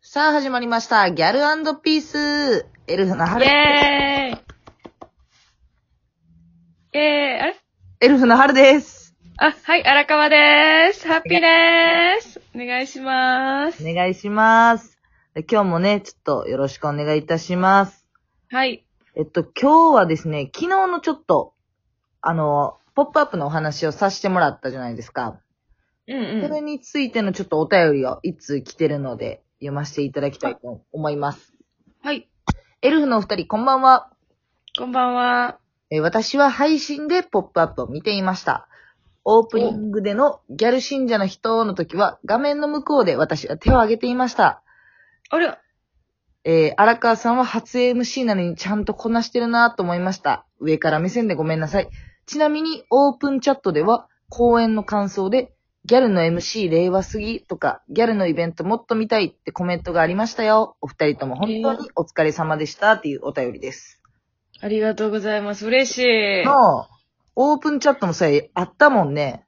さあ、始まりました。ギャルピース、エルフのイェー春イです。イェーイあれエルフの春です。あ、はい、荒川でーす。ハッピーでーす。お願いしまーす。お願いします。今日もね、ちょっとよろしくお願いいたします。はい。えっと、今日はですね、昨日のちょっと、あの、ポップアップのお話をさせてもらったじゃないですか。うんそれうん。についてのちょっとお便りを一通来てるので、読ませていただきたいと思います。はい。エルフのお二人、こんばんは。こんばんは。えー私は配信でポップアップを見ていました。オープニングでのギャル信者の人の時は画面の向こうで私は手を挙げていました。あれえー荒川さんは初 MC なのにちゃんとこなしてるなと思いました。上から目線でごめんなさい。ちなみにオープンチャットでは公演の感想でギャルの MC 令和すぎとかギャルのイベントもっと見たいってコメントがありましたよ。お二人とも本当にお疲れ様でしたっていうお便りです。ありがとうございます。嬉しい。の、オープンチャットもさ、あったもんね。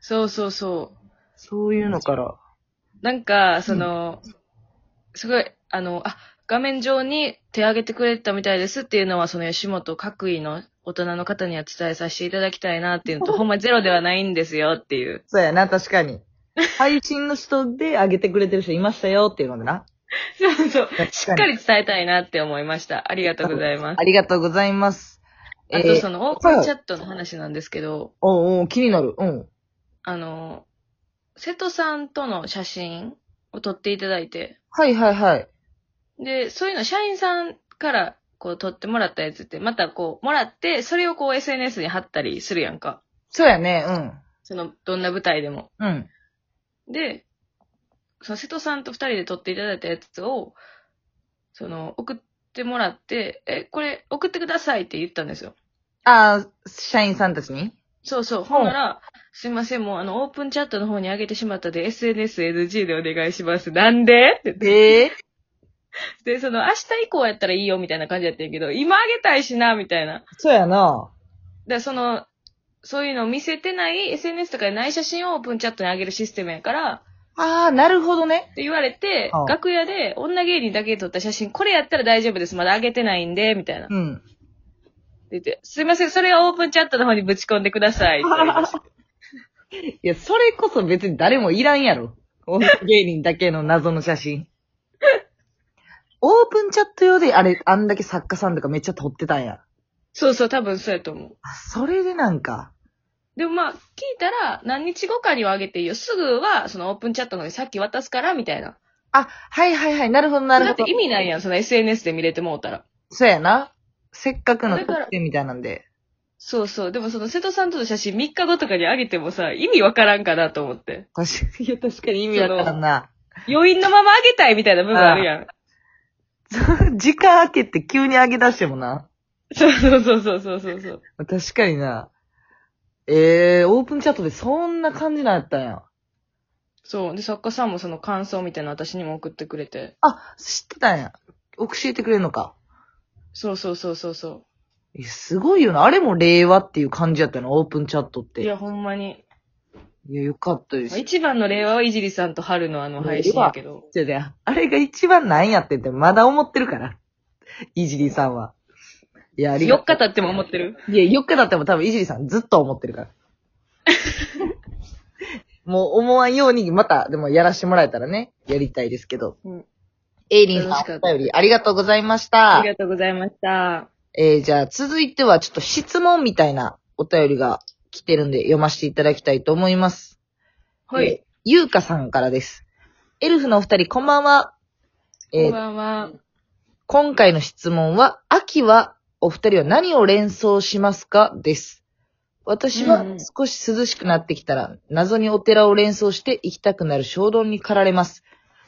そうそうそそういうのから。う。なんか、その、すごい、あの、あ、画面上に手挙げてくれてたみたいですっていうのは、その吉本各位の大人の方には伝えさせていただきたいなって いうのと、ほんまゼロではないんですよっていう。そうやな、確か に。配信の人で上げてくれてる人いましたよっていうのでな。 そうそう。確しっか。り伝えたいなって思いました。ありがとうございます。ありがとうございます。あと、その、の、オープンチャットの話なんですけど、おうおう気になる。うん。あの、瀬戸さんとの写真を撮っていただいて、はいはいはい。で、そういうの社員さんから、こう、撮ってもらったやつって、またこう、もらって、それをこう、SNS に貼ったりするやんか。そうやね、その、どんな舞台でも。うん。うん。で、その瀬戸さんと二人で撮っていただいたやつを、その、送ってもらって、え、これ、送ってくださいって言ったんですよ。あー社員さんたちにそうそう。ほうほんなら、すいません、もうあの、オープンチャットの方に上げてしまったで、SNSNG でお願いします。なんでって言ってええで、その、明日以降やったらいいよ、みたいな感じやったんやけど、今上げたいしな、みたいな。そうやな。で、その、そういうのを見せてない SNS とかでない写真をオープンチャットに上げるシステムやから、ああ、なるほどね。って言われてああ、楽屋で女芸人だけで撮った写真、これやったら大丈夫です。まだ上げてないんで、みたいな。ってうん。言って、すいません、それをオープンチャットの方にぶち込んでください。って言われま したいや、それこそ別に誰もいらんやろ。女芸人だけの謎の写 真。オープンチャット用で、あれ、あんだけ作家さんとかめっちゃ撮ってたんや。そうそう、多分そうやと思う。あそれでなんか。でもまあ、聞いたら、何日後かにはあげていいよ。すぐは、そのオープンチャットの方にさっき渡すから、みたいな。あ、はいはいはい、なるほどなそれるだほってど。意味ないやん、その SNS で見れてもうたら。そうやな。せっかくのだから特典みたいなんで。そうそう。でもその瀬戸さんとの写真3日後とかにあげてもさ、意味わからんかなと思って。確かに、いや確かに意味わからんな。余韻のままあげたいみたいな部分あるやん。 時間空けて急に上げ出してもな。そうそうそうそうそうそうそう。確かにな。えー、オープンチャットでそんな感じなんやったんや。そう。で、作家さんもその感想みたいなの私にも送ってくれて。あ、知ってたんや。教えてくれるのか。そうそうそうそうそえすごいよな。あれも令和っていう感じやったの、オープンチャットっう。て。いいや、や、ほんまに。よかったでますあ。一番の令和はいじりさんと春のあの配信やけど。じゃあねあれが一番なんやってって、まだ思ってるから。いじりさんは。いや、ありが4とう日経っても思ってるいや、4日だっても多分、いじりさんずっと思ってる から。もう思わんように、また、でもやらしてもらえたらね、やりたいですけど。うん。エイリンさ楽しかん、っおた便りありがとうございましあたり。がとうございました。えー、じゃあ続いてはちょっと質問みたいなお便りが来てるんで読ませていただきたいと思います。はい。えー。ゆうかさんからです。エルフのお二人、こんばんは。えーこんばんは。今回の質問は、秋はお二人は何を連想しますかです。私はうんうん少し涼しくなってきたら、謎にお寺を連想して行きたくなる衝動に駆られます。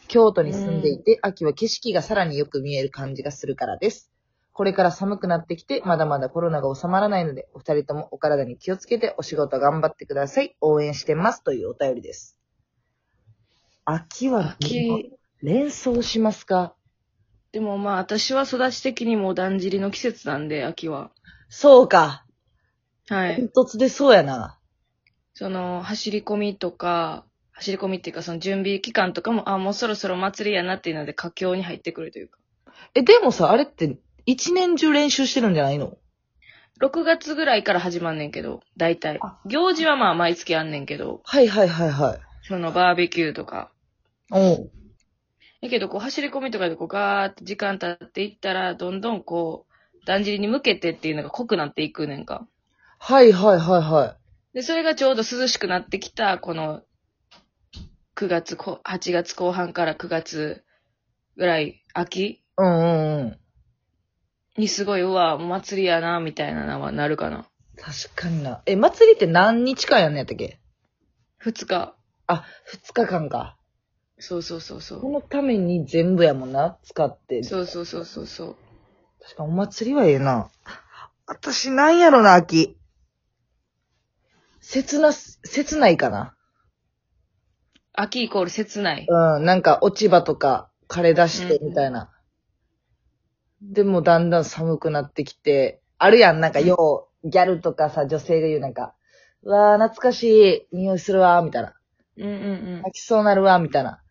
京都に住んでいて、秋は景色がさらによく見える感じがするからです。これから寒くなってきて、まだまだコロナが収まらないので、お二人ともお体に気をつけてお仕事頑張ってください。応援してます。というお便りです。秋は秋。連想しますかでもまあ私は育ち的にもうだんじりの季節なんで、秋は。そうか。はい。煙突でそうやな。その、走り込みとか、走り込みっていうか、その準備期間とかも、あ、もうそろそろ祭りやなっていうので、佳境に入ってくるというか。え、でもさ、あれって、一年中練習してるんじゃないの6月ぐらいから始まんねんけど、大体あ。行事はまあ毎月あんねんけど、はいはいはいはい。そのバーベキューとか。おう。だけど、こう走り込みとかでこうガーって時間経っていったら、どんどんこう、だんじりに向けてっていうのが濃くなっていくねんか。はいはいはいはで、それがちょうど涼しくなってきた、この、9月こ、8月後半から9月ぐらい、秋い。うんうんうん。にすごい、うわ、お祭りやな、みたいなのはなるかな。確かにな。え、祭りって何日間やんねやったっけ2日。あ、二日間か。そうそうそうそこう。のために全部やもんな、使って。そうそうそうそうそう。確かにお祭りはええな。私なんやろな、秋。切な、切ないかな。秋イコール切ない。うん、なんか落ち葉とか枯れ出してみたいな。でもだんだん寒くなってきて、あるやん、なんかよう、ギャルとかさ、女性が言うなんか、うわー懐かしい、匂いするわー、みたいな。うんうんうん。泣きそうなるわ、みたいな。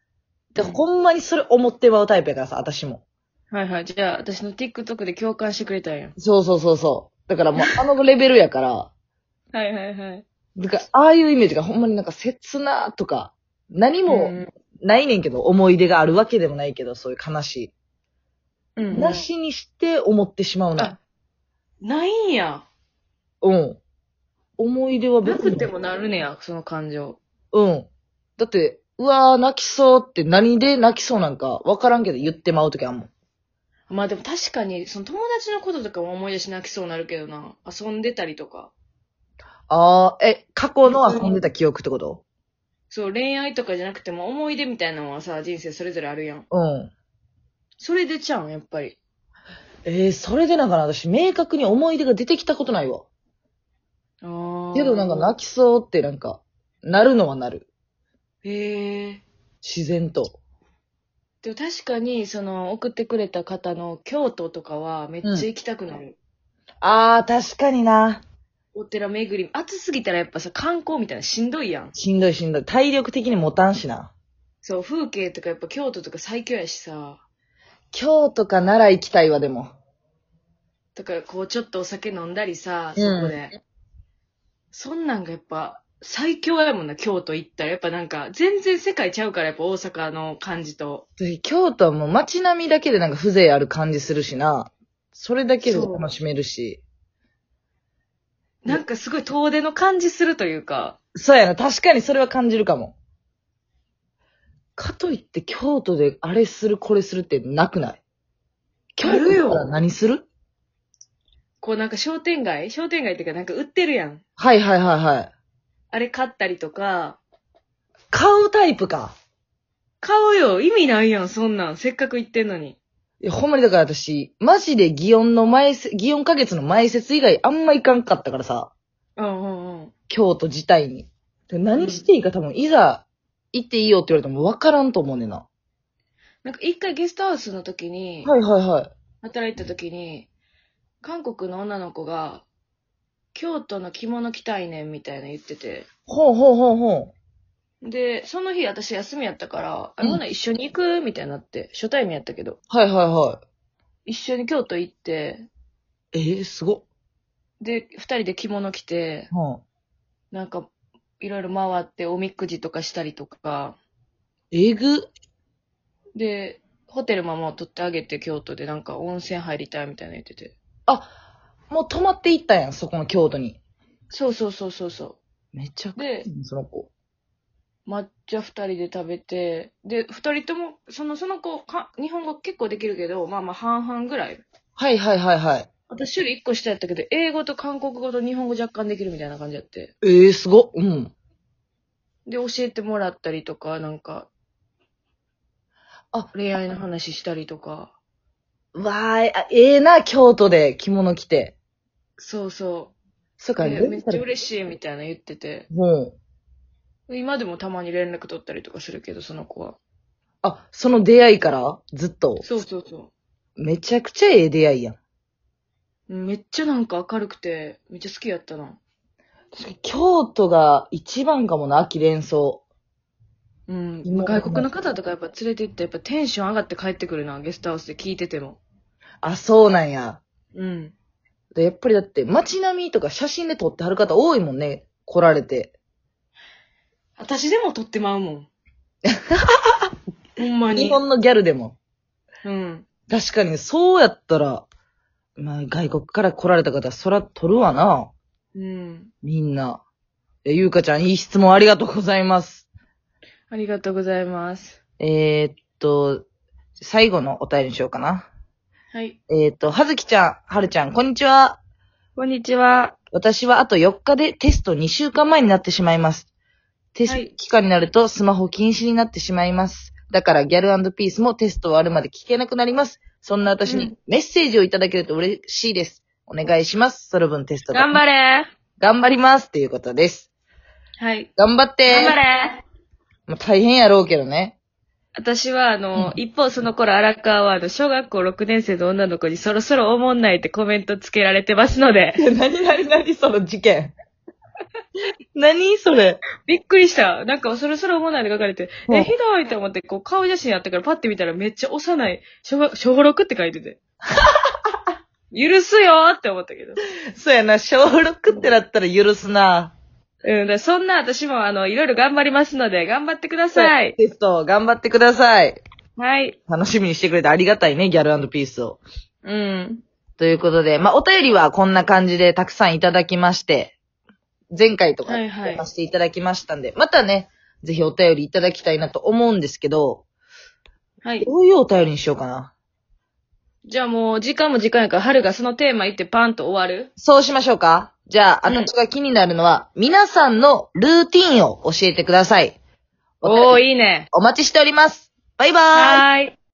で、うんほんまにそれ思ってまうタイプやからさ、私も。はいはい。じゃあ、私の TikTok で共感してくれたんや。そうそうそうそう。だからもうあのレベルやから、はいはいはい。なんかああいうイメージがほんまになんか切なとか、何うもんないねんけど、思い出があるわけでもないけど、そういう悲しうんうい。ん。なしにして思ってしまうなあ。ないんや。うん。思い出はな別に。くてもなるねや、その感情。うん。だって、うわー泣きそうって何で泣きそうなんかわからんけど言ってまうときあんもん。まあでも確かに、その友達のこととかも思い出し泣きそうになるけどな。遊んでたりとか。あー、え、過去の遊んでた記憶ってことそう、恋愛とかじゃなくても思い出みたいなのはさ、人生それぞれあるやん。うん。それ出ちゃうん、やっぱり。えー、それでなんかな、私明確に思い出が出てきたことないわ。ああ。けどなんか泣きそうってなんか、なるのはなる。へえ。自然と。でも確かに、その、送ってくれた方の京都とかは、めっちゃ行きたくなる。あー、確かにな。お寺巡り、暑すぎたらやっぱさ、観光みたいなのしんどいやん。しんどいしんどい。体力的に持たんしな。そう、風景とかやっぱ京都とか最強やしさ。京都か奈良行きたいわ、でも。とか、こう、ちょっとお酒飲んだりさ、そうんこで。そんなんがやっぱ、最強やもんな、京都行ったら。やっぱなんか、全然世界ちゃうから、やっぱ大阪の感じと。で京都はもう街並みだけでなんか風情ある感じするしな。それだけで楽しめるし。なんかすごい遠出の感じするというか。そうやな。確かにそれは感じるかも。かといって京都であれするこれするってなくない京あるよ都から何するこうなんか商店街商店街っていうかなんか売ってるやん。はいはいはいはい。あれ買ったりとか。買うタイプか。買おうよ意味ないやん、そんなん。せっかく行ってんのに。いや、ほんまにだから私、マジで祇園の前せ、祇園花月の前説以外あんま行かんかったからさ、うんうんうん。京都自体に。で何していいか多分、いざ行っていいよって言われても分からんと思うねんな。なんか一回ゲストハウスの時に、はいはいはい。働いてた時に、韓国の女の子が、京都の着物着たいねんみたいな言ってて。ほうほうほうほんで、その日私休みやったから、あ、うんほな一緒に行くみたいになって、初対面やったけど、う。はいはいは一緒に京都行って、い。えー、すごっ。で、二人で着物着て、うん。なんか、いろいろ回っておみくじとかしたりとか、えぐ。で、ホテルももう取ってあげて、京都でなんか温泉入りたいみたいな言ってて。もう泊まっていったやん、そこの京都に。そうそうそうそうそめちゃう。くちで、ゃ、その子。抹茶二人で食べて、で、二人とも、その、その子か、日本語結構できるけど、まあまあ半々ぐらい。はいはいはいはい。私より一個下やったけど、英語と韓国語と日本語若干できるみたいな感じやって。ええー、すごっ。うん。で、教えてもらったりとか、なんか、あ恋愛の話したりとか。わーい、あええな、京都で着物着て。そうそそうう。か、でレンタルめっちゃ嬉しいみたいな言ってて。もう。今でもたまに連絡取ったりとかするけど、その子は。あ、その出会いからずっと。そうそうそめちゃくちゃええ出会いやん。う。めっちゃなんか明るくて、めっちゃ好きやったな。確かに京都が一番かもな、秋連想。うん今。外国の方とかやっぱ連れて行って、やっぱテンション上がって帰ってくるな、ゲストハウスで聞いてても。あ、そうなんや。うん。でやっぱりだって街並みとか写真で撮ってはる方多いもんね。来られて。私でも撮ってまうも ん。ほんま日に。本のギャルでも。うん。確かにそうやったら、まあ外国から来られた方、そら撮るわな。うん。みんな。えゆうかちゃん、いい質問ありがとうございます。ありがとうございます。えー、っと、最後のお便りにしようかな。はい。えー、っと、はずきちゃん、はるちゃん、こんにちは。こんにちは。私はあと4日でテスト2週間前になってしまいます。テスはトい期間になるとスマホ禁止になってしまいます。だからギャルピースもテスト終わるまで聞けなくなります。そんな私うにんメッセージをいただけると嬉しいです。お願いします。その分テストが頑張れ頑張りますということです。はい。頑張って頑張れまあ大変やろうけどね。 私は、あの、うん一方その頃荒川は、あの、小学校6年生の女の子にそろそろおもんないってコメントつけられてますので、何何何その事件。 何それ。びっくりした。なんか、そろそろおもんないって書かれて、うんえ、ひどいって思って、こう、顔写真やったからパッて見たらめっちゃ幼い、小学、小6って書い てて。許すよーって思ったけど。そうやな、小6ってなったら許すな。うん、だからそんな私も、あの、いろいろ頑張りますので、頑張ってください。テスト頑張ってください。はい。楽しみにしてくれてありがたいね、ギャルピースを。うん。ということで、まあ、お便りはこんな感じでたくさんいただきまして、前回とかはいはいさせていただきましたんで、またね、ぜひお便りいただきたいなと思うんですけど、はい。どういうお便りにしようかな。じゃあもう、時間も時間やから、春がそのテーマ言ってパンと終わるそうしましょうかじゃあ、うん私が気になるのは、皆さんのルーティンを教えてください。おお便ー、りいいね。お待ちしております。バイバーイはーい。